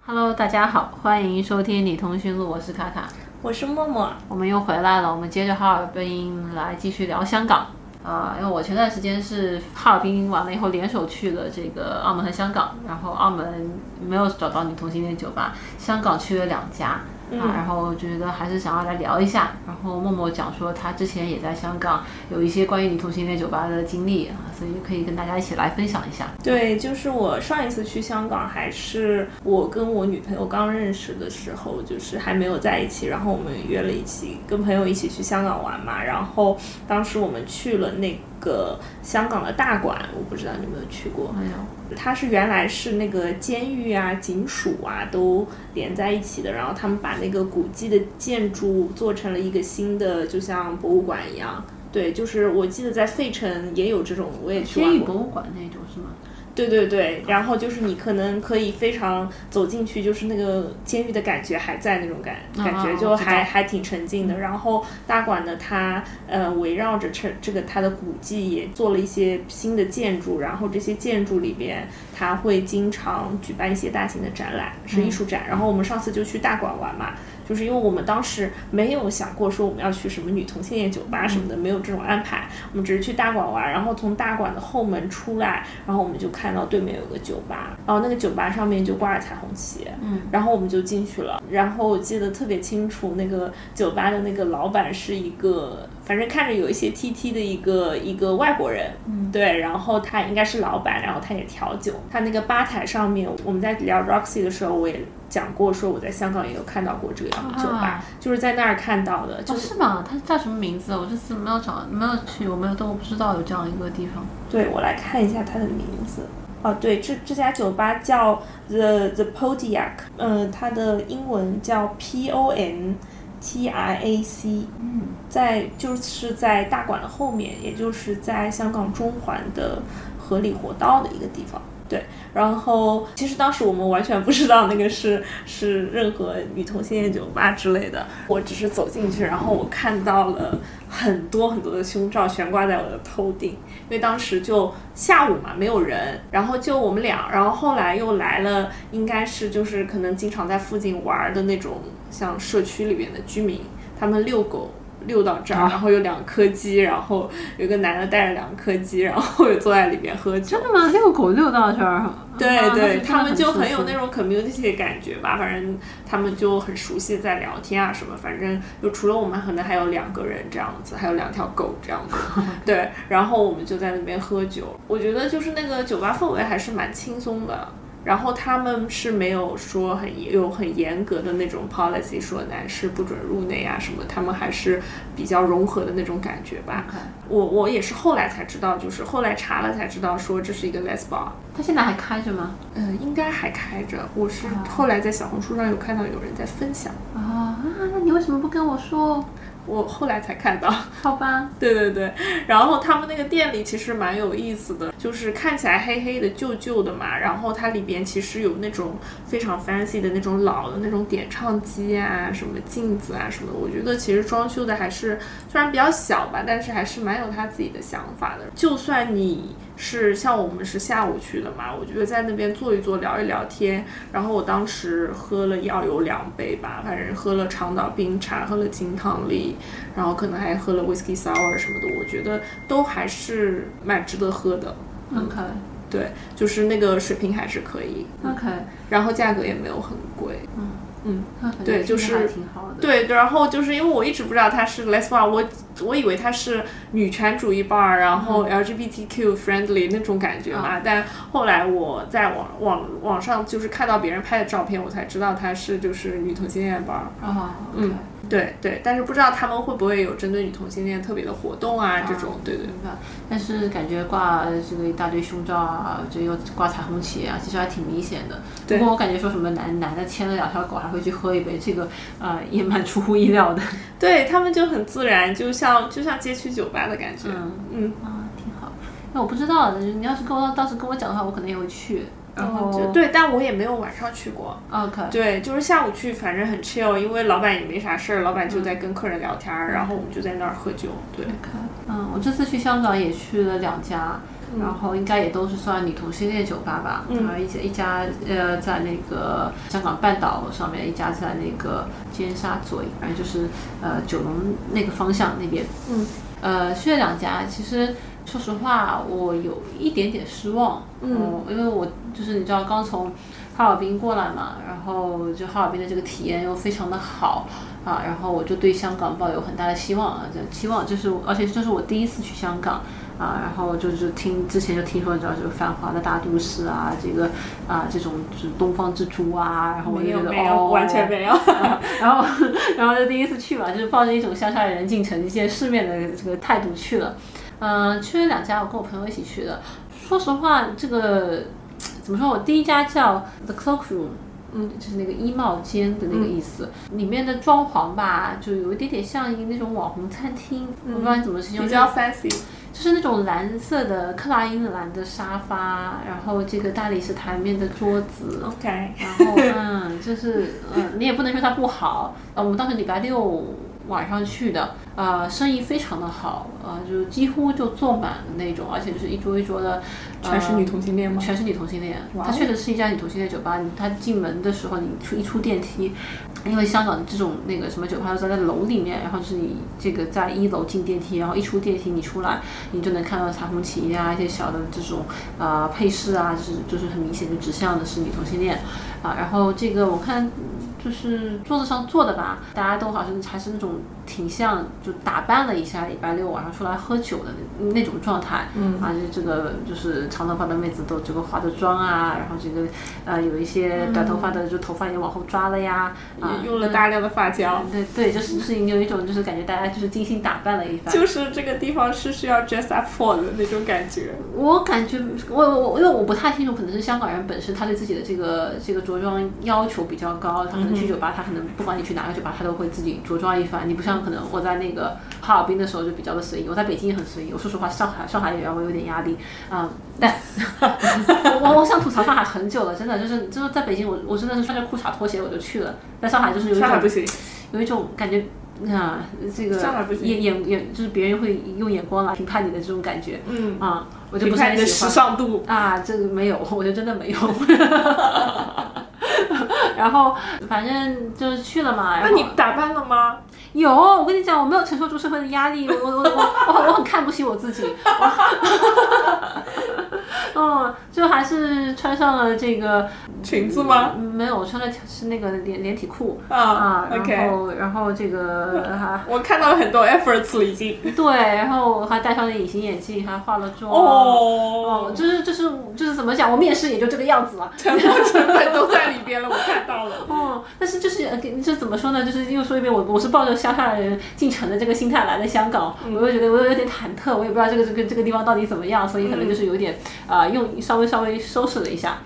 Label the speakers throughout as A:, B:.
A: Hello，大家好，欢迎收听《你通讯录》，我是卡卡，
B: 我是默默。
A: 我们又回来了，我们接着哈尔滨来继续聊香港啊、因为我前段时间是哈尔滨完了以后，联手去了这个澳门和香港，然后澳门没有找到女同性恋酒吧，香港去了两家。
B: 嗯
A: 啊，然后觉得还是想要来聊一下。然后默默讲说，她之前也在香港有一些关于女同性恋酒吧的经历啊，所以可以跟大家一起来分享一下。
B: 对，就是我上一次去香港，还是我跟我女朋友刚认识的时候，就是还没有在一起，然后我们约了一起跟朋友一起去香港玩嘛。然后当时我们去了那个香港的大馆，我不知道你有没有去过。
A: 哎呦，
B: 它是原来是那个监狱啊、警署啊都连在一起的，然后他们把那个古迹的建筑做成了一个新的，就像博物馆一样。对，就是我记得在费城也有这种，我也去玩
A: 天
B: 过
A: 宇。博物馆那种是吗？
B: 对对对，然后就是你可能可以非常走进去，就是那个监狱的感觉还在那种感
A: 啊
B: 感
A: 我
B: 觉，
A: 知
B: 就
A: 道嗯
B: 还还挺沉浸的。然后大馆呢，它呃围绕着这这个它的古迹也做了一些新的建筑，然后这些建筑里边它会经常举办一些大型的展览，是艺术展。
A: 嗯
B: 然后我们上次就去大馆玩嘛。就是因为我们当时没有想过说我们要去什么女同性恋酒吧什么
A: 嗯
B: 的，没有这种安排，我们只是去大馆玩，然后从大馆的后门出来，然后我们就看到对面有个酒吧，然后那个酒吧上面就挂着彩虹旗，嗯，然后我们就进去了。然后我记得特别清楚，那个酒吧的那个老板是一个，反正看着有一些 TT 的一个一个外国人，嗯，对，然后他应该是老板，然后他也调酒。他那个吧台上面，我们在聊 Roxy 的时候，我也讲过，说我在香港也有看到过这个样的酒吧，
A: 啊
B: 就是在那儿看到的，就
A: 哦，是吗？它叫什么名字？我这次没有找，没有去，我没有都不知道有这样一个地方。
B: 对，我来看一下它的名字。哦，对，这这家酒吧叫 The The Podiac，呃，它的英文叫 P O N T I A C，
A: 嗯，
B: 在就是在大馆的后面，也就是在香港中环的河里活道的一个地方。对，然后其实当时我们完全不知道那个是是任何女同性恋酒吧之类的，我只是走进去，然后我看到了很多很多的胸罩悬挂在我的头顶，因为当时就下午嘛没有人，然后就我们俩，然后后来又来了，应该是就是可能经常在附近玩的那种像社区里面的居民，他们遛狗。遛到这儿，然后有两颗鸡，然后有个男的带着两颗鸡，然后也坐在里面喝酒
A: 真。的吗？遛狗遛到这儿？啊
B: 对对，他们就很
A: 很
B: 有啊那种 community 的感觉吧，反正他们就很熟悉，在聊天啊什么，反正就除了我们，可能还有两个人这样子，还有两条狗这样 子，对，然后我们就在那边喝酒，我觉得就是那个酒吧氛围还是蛮轻松的。然后他们是没有说很有很严格的那种 policy，说男士不准入内啊什么，他们还是比较融合的那种感觉吧。我我也是后来才知道，就是后来查了才知道，说这是一个 les bar，
A: 他现在还开着吗？
B: 嗯、应该还开着。我是
A: 啊
B: 后来在小红书上有看到有人在分享，
A: 啊啊！那你为什么不跟我说？
B: 我后来才看到。
A: 好吧，
B: 对对对，然后他们那个店里其实蛮有意思的，就是看起来黑黑的、旧旧的嘛，然后它里边其实有那种非常 fancy 的那种老的那种点唱机啊、什么镜子啊什么的。我觉得其实装修的还是虽然比较小吧，但是还是蛮有他自己的想法的。就算你是像我们是下午去的嘛，我觉得在那边坐一坐、聊一聊天。然后我当时喝了要有两杯吧，反正喝了长岛冰茶，喝了金汤力，然后可能还喝了 whisky sour 什么的，我觉得都还是蛮值得喝的。
A: OK
B: 对，就是那个水平还是可以，
A: 嗯 OK，嗯
B: 然后价格也没有很贵。对就是
A: 还挺好的。
B: 对，然后就是因为我一直不知道它是 les bar，我我以为它是女权主义 bar，然后 LGBTQ friendly 那种感觉嘛，但后来我在网网网上就是看到别人拍的照片，我才知道它是就是女同性恋 bar。
A: 啊，嗯，
B: 对对，但是不知道他们会不会有针对女同性恋特别的活动啊这种，对对
A: 明白。但是感觉挂呃这个一大堆胸罩啊，这又挂彩虹旗啊，其实还挺明显的。
B: 对
A: 不过我感觉说什么男男的牵了两条狗还会去喝一杯，这个呃也蛮出乎意料的。
B: 对，他们就很自然，就像就像街区酒吧的感觉。嗯
A: 啊，挺好。那我不知道，就是你要是跟我当时跟我讲的话，我可能也会去。哦然后
B: 就对，但我也没有晚上去过。
A: OK，
B: 对，就是下午去，反正很 chill，因为老板也没啥事儿，老板就在跟客人聊
A: 嗯
B: 天儿，然后我们就在那儿喝酒。对，
A: 嗯，我这次去香港也去了两家，然后应该也都是算女同性恋酒吧吧。嗯，一家一家呃，在那个香港半岛上面，一家在那个尖沙咀，反正就是呃九龙那个方向那边。嗯，呃，去了两家，其实。说实话，我有一点点失望，嗯，因为我就是你知道刚从哈尔滨过来嘛，然后就哈尔滨的这个体验又非常的好啊，然后我就对香港抱有很大的希望啊，这期望就是，而且这是我第一次去香港啊，然后就是听之前就听说，你知道这个繁华的大都市啊，这个啊这种就是东方之珠啊，然后我就觉得
B: 没有
A: 哦，
B: 完全没有
A: 啊然后 然后就第一次去嘛，就是抱着一种乡下人进城、见世面的这个态度去了。嗯、去了两家，我跟我朋友一起去的。说实话，这个怎么说？我第一家叫 The Cloak Room。嗯，就是那个衣帽间的那个意思，里面的装潢吧，就有一点点像一个那种网红餐厅，我不
B: 嗯
A: 知道你怎么形容，
B: 比较 fancy，
A: 就是那种蓝色的克莱因蓝的沙发，然后这个大理石台面的桌子，
B: 嗯 OK，
A: 然后嗯，就是嗯，你也不能说它不好。呃，我们当时礼拜六晚上去的，呃，生意非常的好，呃，就几乎就坐满了那种，而且就是一桌一桌的，呃
B: 全是女同性恋吗？
A: 全是女同性恋。
B: 哇哦
A: 它确实是一家女同性恋酒吧。你它进门的时候，你出一出电梯，因为香港这种那个什么酒吧都是在楼里面，然后就是你这个在一楼进电梯，然后一出电梯你出来，你就能看到彩虹旗呀、一些小的这种啊、呃配饰啊，就是就是很明显就指向的是女同性恋啊。然后这个我看。就是桌子上坐的吧，大家都好像还是那种挺像，就打扮了一下，礼拜六晚上出来喝酒的那那种状态。嗯，啊，就这个就是长头发的妹子都这个化着妆啊，然后这个呃有一些短头发的就头发也往后抓了呀，啊，
B: 用了大量的发胶。
A: 对对，就是就是有一种就是感觉大家就是精心打扮了一番。
B: 就是这个地方是需要 dress up for 的那种感觉，
A: 我感觉我我我因为我不太清楚，可能是香港人本身他对自己的这个这个着装要求比较高，他可能去酒吧，他可能不管你去哪个酒吧，他都会自己着装一番。你不像可能我在那个哈尔滨的时候就比较的随意，我在北京也很随意。我说实话，上海上海也让我有点压力啊、但我我想吐槽上海很久了，真的就是就是在北京我我真的是穿着裤衩拖鞋我就去了，在上海嗯就是有一
B: 上海
A: 种
B: 不行。
A: 有一种感觉。啊，这个
B: 上海不行
A: 眼眼眼就是别人会用眼光来评判你的这种感觉，
B: 嗯，
A: 啊，我就
B: 你
A: 不是
B: 看
A: 很
B: 你的
A: 喜
B: 时
A: 欢
B: 尚度，
A: 啊，这个没有， 我就真的 没有。然后反正就是去了嘛，
B: 那
A: 啊然后
B: 你打扮了吗？
A: 有，我跟你讲，我没有承受住社会的压力，我我我我我我很看不起我自己。 我嗯，就还是穿上了这个，
B: 裙子吗？
A: 没有，我穿的是那个连连体裤
B: 啊
A: 然
B: ，OK，
A: 后然后这个还
B: 我看到了很多 efforts 了已经。
A: 对，然后还戴上了隐形眼镜，还化了妆。哦，
B: 哦，
A: 就是就是就是怎么讲，我面试也就这个样子了。
B: 沉没成本都在里边了，我看到 了。
A: 哦，但是就是呃给这怎么说呢？就是又说一遍，我我是抱着乡下人进城的这个心态来的香港，我又觉得我有点忐忑，我也不知道这个这个这个地方到底怎么样，所以可能就是有点啊、呃用稍微稍微收拾了一下。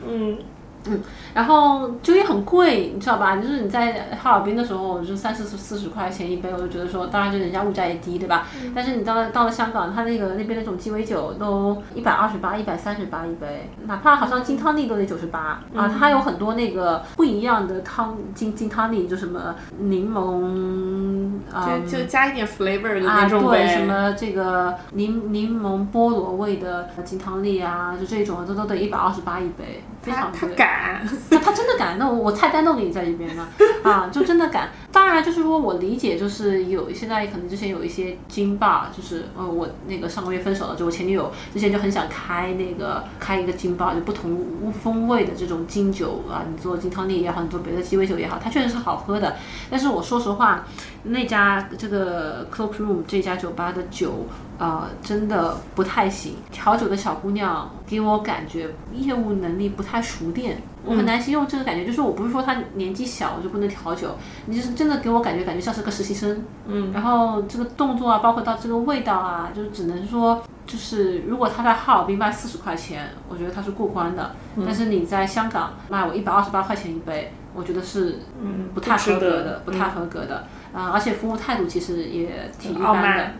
B: 嗯，
A: 然后酒也很贵，你知道吧？就是你在哈尔滨的时候，就三四十四十块钱一杯，我就觉得说，当然就是人家物价也低，对吧？但是你到了到了香港，它那个那边那种鸡尾酒都一百二十八、一百三十八一杯，哪怕好像金汤力都得九十八啊。它还有很多那个不一样的汤金金汤力，就什么柠檬啊。
B: 就就加一点 flavor 的
A: 啊，
B: 那种
A: 对，什
B: 呗。
A: 么这个柠柠檬菠萝味的金汤力啊，就这种都都得一百二十八一杯，非
B: 他
A: 常
B: 他
A: 贵。
B: 敢，
A: 那他真的敢，那我我菜单都给你在这边呢，啊，就真的敢。当然，就是说我理解，就是有现在可能之前有一些金霸，就是呃，我那个上个月分手了，就我前女友之前就很想开那个开一个金霸，就不同风味的这种金酒啊，你做金汤力也好，你做别的鸡尾酒也好，它确实是好喝的。但是我说实话，那家这个 Cloak Room 这家酒吧的酒，呃，真的不太行。调酒的小姑娘给我感觉业务能力不太熟练，我很难形容这个感觉。就是我不是说她年纪小我就不能调酒，你就是真的给我感觉感觉像是个实习生。嗯，然后这个动作啊，包括到这个味道啊，就只能说。就是如果他在哈尔滨卖四十块钱，我觉得他是过关的。但是你在香港卖我一百二十八块钱一杯，我觉得是
B: 嗯
A: 不太合格
B: 值得
A: 的，不太合格的。啊、而且服务态度其实也挺一
B: 嗯傲
A: 般的
B: 慢，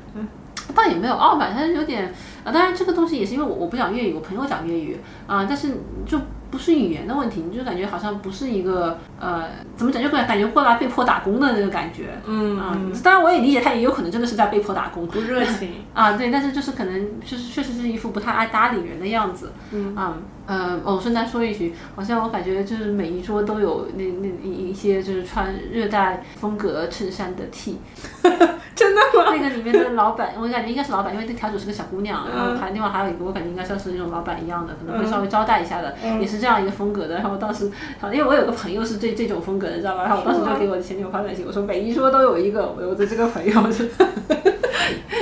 A: 倒也没有呃傲慢，但是有点啊。当然，这个东西也是因为我我不讲粤语，我朋友讲粤语啊、但是就不是语言的问题，你就感觉好像不是一个呃，怎么讲，就感感觉过来被迫打工的那个感觉。
B: 嗯
A: 啊，当然我也理解他也有可能真的是在被迫打工
B: 不热情。
A: 啊，对，但是就是可能就是确实是一副不太爱搭理人的样子。
B: 嗯
A: 啊，呃，我顺带说一句，好像我感觉就是每一桌都有那那一一些就是穿热带风格衬衫的 T，
B: 真的吗？
A: 那个里面的老板，我感觉应该是老板，因为那条主是个小姑娘，然后
B: 嗯
A: 还另外还有一个，我感觉应该像是那种老板一样的，可能会稍微招待一下的，
B: 嗯
A: 也是这样一个风格的。然后当时，好因为我有个朋友是这这种风格的，知道吧？然后我当时就给我的前女友发短信，我说每一桌都有一个，我我的这个朋友是。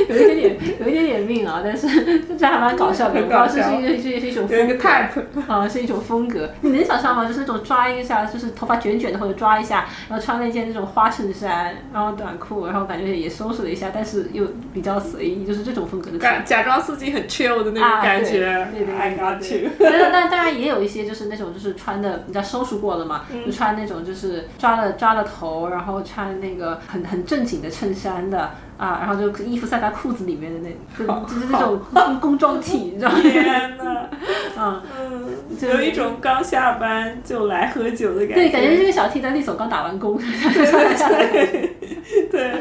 A: 有一点点，有一点点命啊，但是这还蛮搞笑的。我不知道是是一是是一种
B: 有一
A: 风
B: 个
A: 格，
B: type，
A: 啊，是一种风格。你能想象吗？就是那种抓一下，就是头发卷卷的，或者抓一下，然后穿了一件那种花衬衫，然后短裤，然后感觉也收拾了一下，但是又比较随意，就是这种风格的
B: 假假装自己很 chill 的那
A: 啊
B: 种感
A: 对
B: 觉。
A: 对对对
B: I got
A: 对
B: you。
A: 但但但当然也有一些就是那种就是穿的比较收拾过的嘛，
B: 嗯
A: 就穿那种就是抓了抓了头，然后穿那个很很正经的衬衫的啊，然后就衣服塞在裤子里面的那，就就是那种工工装体，你知道吗？
B: 天哪，
A: 嗯，
B: 嗯，
A: 就是
B: 有一种刚下班就来喝酒的感觉。
A: 对，感觉这个小 T 在力所刚打完 工， 对
B: 对，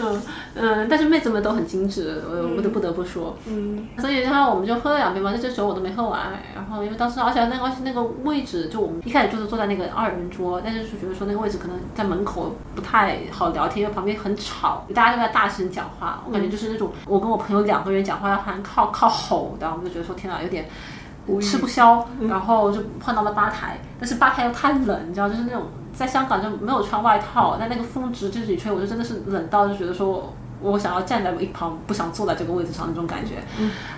A: 嗯嗯，但是妹子们都很精致，我我都不得不说。
B: 嗯
A: 所以然后我们就喝了两杯嘛，那这酒我都没喝完。然后因为当时而且那个而且那个位置，就我们一开始就是坐在那个二人桌，但是就觉得说那个位置可能在门口不太好聊天，因为旁边很吵，大家都在大声讲话。我感觉就是那种、我跟我朋友两个人讲话要喊靠靠吼的，我们就觉得说天哪，有点。吃不消，然后就换到了吧台，但是吧台又太冷，你知道，就是那种在香港就没有穿外套，但那个风直直吹，我就真的是冷到就觉得说我想要站在一旁，不想坐在这个位置上那种感觉。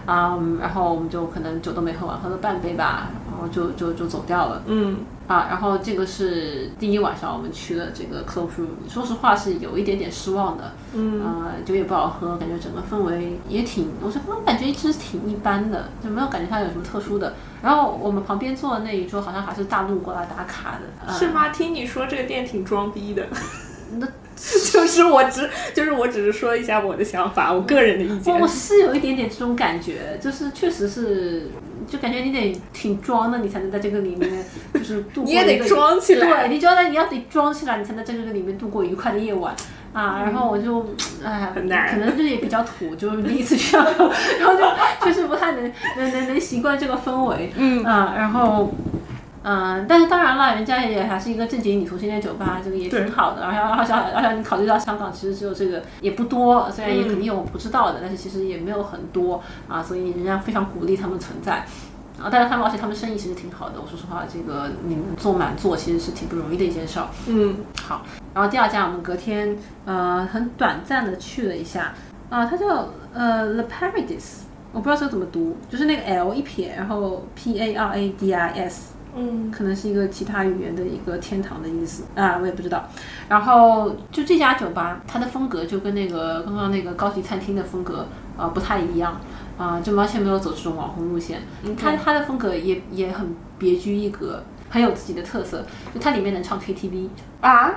A: 嗯，然后我们就可能酒都没喝完，喝了半杯吧，然后就就就走掉了
B: 嗯，
A: 啊。然后这个是第一晚上我们去了这个 club room，说实话是有一点点失望的，嗯，呃，酒也不好喝，感觉整个氛围也挺，我是我感觉一直挺一般的，就没有感觉它有什么特殊的。然后我们旁边坐的那一桌好像还是大陆过来打卡的，呃、
B: 是吗？听你说这个店挺装逼的。
A: 那
B: 就是我只就是我只是说一下我的想法，我个人的意见
A: 我。是有一点点这种感觉，就是确实是，就感觉你得挺装的，你才能在这个里面就是度过
B: 你也得
A: 一个
B: 装起来
A: 对，你就要在你要得装起来，你才能在这个里面度过愉快的夜晚啊。然后我就，哎，
B: 嗯很难
A: 可能就是也比较土，就是第一次去，然后然后就确实不太能能能能习惯这个氛围，嗯啊，然后。嗯，但是当然了，人家也还是一个正经女同性恋酒吧，这个也挺好的。然后，而且而且你考虑到香港其实只有这个也不多，虽然
B: 嗯
A: 也肯定有我不知道的，但是其实也没有很多啊，所以人家非常鼓励他们存在。啊，但是他们而且他们生意其实挺好的，我说实话，这个你们做满座其实是挺不容易的一件事儿。
B: 嗯，
A: 好，然后第二家我们隔天呃很短暂的去了一下，啊、它叫呃 The Paradise，我不知道这个怎么读，就是那个 L 一撇，然后 P A R A D I S，
B: 嗯，
A: 可能是一个其他语言的一个天堂的意思啊，我也不知道。然后就这家酒吧，它的风格就跟那个刚刚那个高级餐厅的风格啊、呃不太一样啊、就完全没有走这种网红路线。嗯它它的风格也也很别具一格，很有自己的特色。就它里面能唱 KTV，
B: 啊，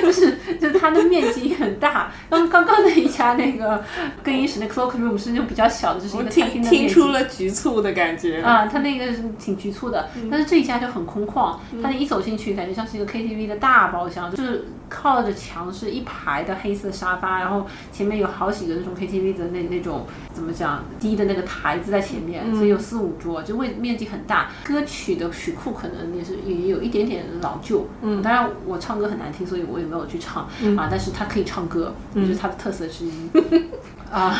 A: 就是 就是它的面积很大。然后刚刚那一家那个更衣室那 cloak room 是那种比较小的，就是一
B: 我
A: 个餐
B: 听
A: 厅的
B: 听
A: 面积
B: 出。了局促的嗯感觉。
A: 啊，它那个是挺局促的，但是这一家就很空旷，
B: 嗯
A: 它那一走进去感觉像是一个 KTV 的大包厢，就是靠着墙是一排的黑色沙发，然后前面有好几个那种 KTV 的那那种怎么讲低的那个台子在前面，所以有四五桌，就位面积很大。歌曲的曲库可能也是也有一点点老旧，嗯，当然我唱歌很难听，所以我也没有去唱、啊，但是它可以唱歌，这、就是它的特色之一。 啊，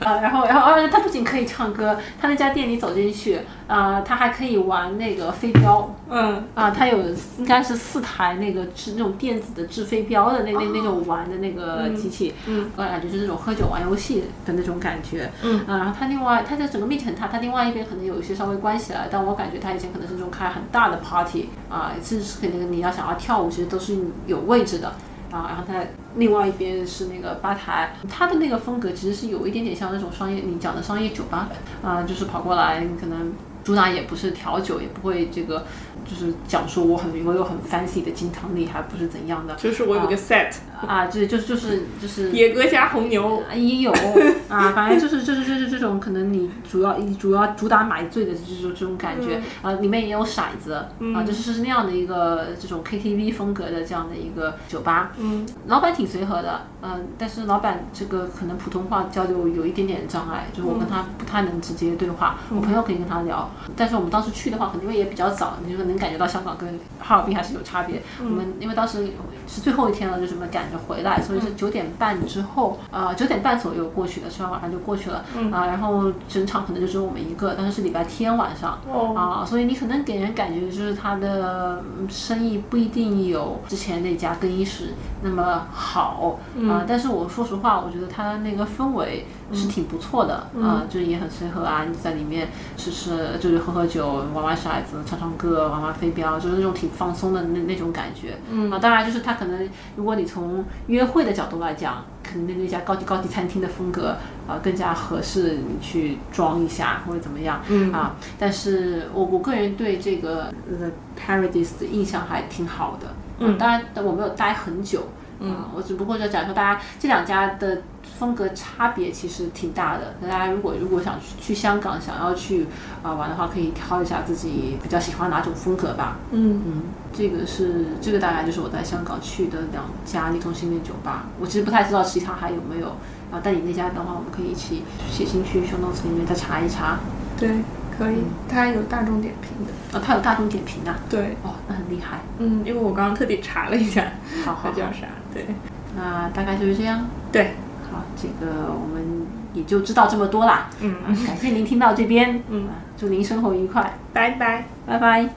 A: 啊，然后，然后，而且他不仅可以唱歌，他那家店里走进去，啊、他还可以玩那个飞镖，
B: 嗯，
A: 啊、他有应该是四台那个制那种电子的制飞镖的那那那种玩的那个机器，嗯，我感觉就是那种喝酒玩游戏的那种感觉，嗯，啊、然后他另外他的整个面积很大，他另外一边可能有一些稍微关起来，但我感觉他以前可能是那种开很大的 party，啊、甚至是可能你要想要跳舞，其实都是有位置的。啊，然后它另外一边是那个吧台，它的那个风格其实是有一点点像那种商业你讲的商业酒吧，啊、就是跑过来可能主打也不是调酒，也不会这个就是讲说我很我有很 fancy 的金汤力，还不是怎样的，
B: 就是我有个 set，
A: 啊，就就就是就是
B: 野哥加红牛，
A: 啊也有啊，反正就是就是就是这种可能你主要以主要主打买醉的这种这种感觉、啊，里面也有骰子啊，就是是那样的一个这种 KTV 风格的这样的一个酒吧，
B: 嗯，
A: 老板挺随和的，嗯、但是老板这个可能普通话交流有一点点障碍，就是我跟他不太能直接对话，我朋友可以跟他聊，但是我们当时去的话，可能因为也比较早，你就能感觉到香港跟哈尔滨还是有差别。我们因为当时是最后一天了，就是我们赶着回来，所以是九点半之后，呃，九点半左右过去的，吃完晚饭就过去了，啊、然后整场可能就只有我们一个，但是是礼拜天晚上，
B: 哦，
A: 啊，所以你可能给人感觉就是他的嗯生意不一定有之前那家更衣室那么好
B: 嗯
A: 啊，但是我说实话，我觉得他那个氛围是挺不错的啊，就是也很随和啊，你在里面吃吃就是喝喝酒，玩玩骰子，唱唱歌，玩玩飞镖，就是那种挺放松的那那种感觉。嗯啊，当然就是他可能如果你从约会的角度来讲，可能那家高级高级餐厅的风格啊更加合适你去装一下或者怎么样。
B: 嗯
A: 啊，但是我我个人对这个呃 Paradise 的印象还挺好的。嗯，当然我没有待很久。嗯，我只不过就讲说，大家这两家的风格差别其实挺大的。那大家如果如果想去去香港，想要去啊、玩的话，可以挑一下自己比较喜欢哪种风格吧。
B: 嗯，
A: 嗯，这个是这个大概就是我在香港去的两家丽通新店酒吧。我其实不太知道其他还有没有啊，但你那家的话，我们可以一起写进去 show notes 里面再查一查。
B: 对，可以，它有大众点评的，
A: 啊，它有大众点评啊。
B: 对，
A: 哦，那很厉害。
B: 嗯，因为我刚刚特地查了一下，
A: 好好，
B: 它叫啥？对，
A: 那大概就是这样。
B: 对，
A: 好，这个我们也就知道这么多啦。
B: 嗯
A: 啊，感谢您听到这边，
B: 嗯，
A: 祝您生活愉快，
B: 拜拜。
A: 拜拜。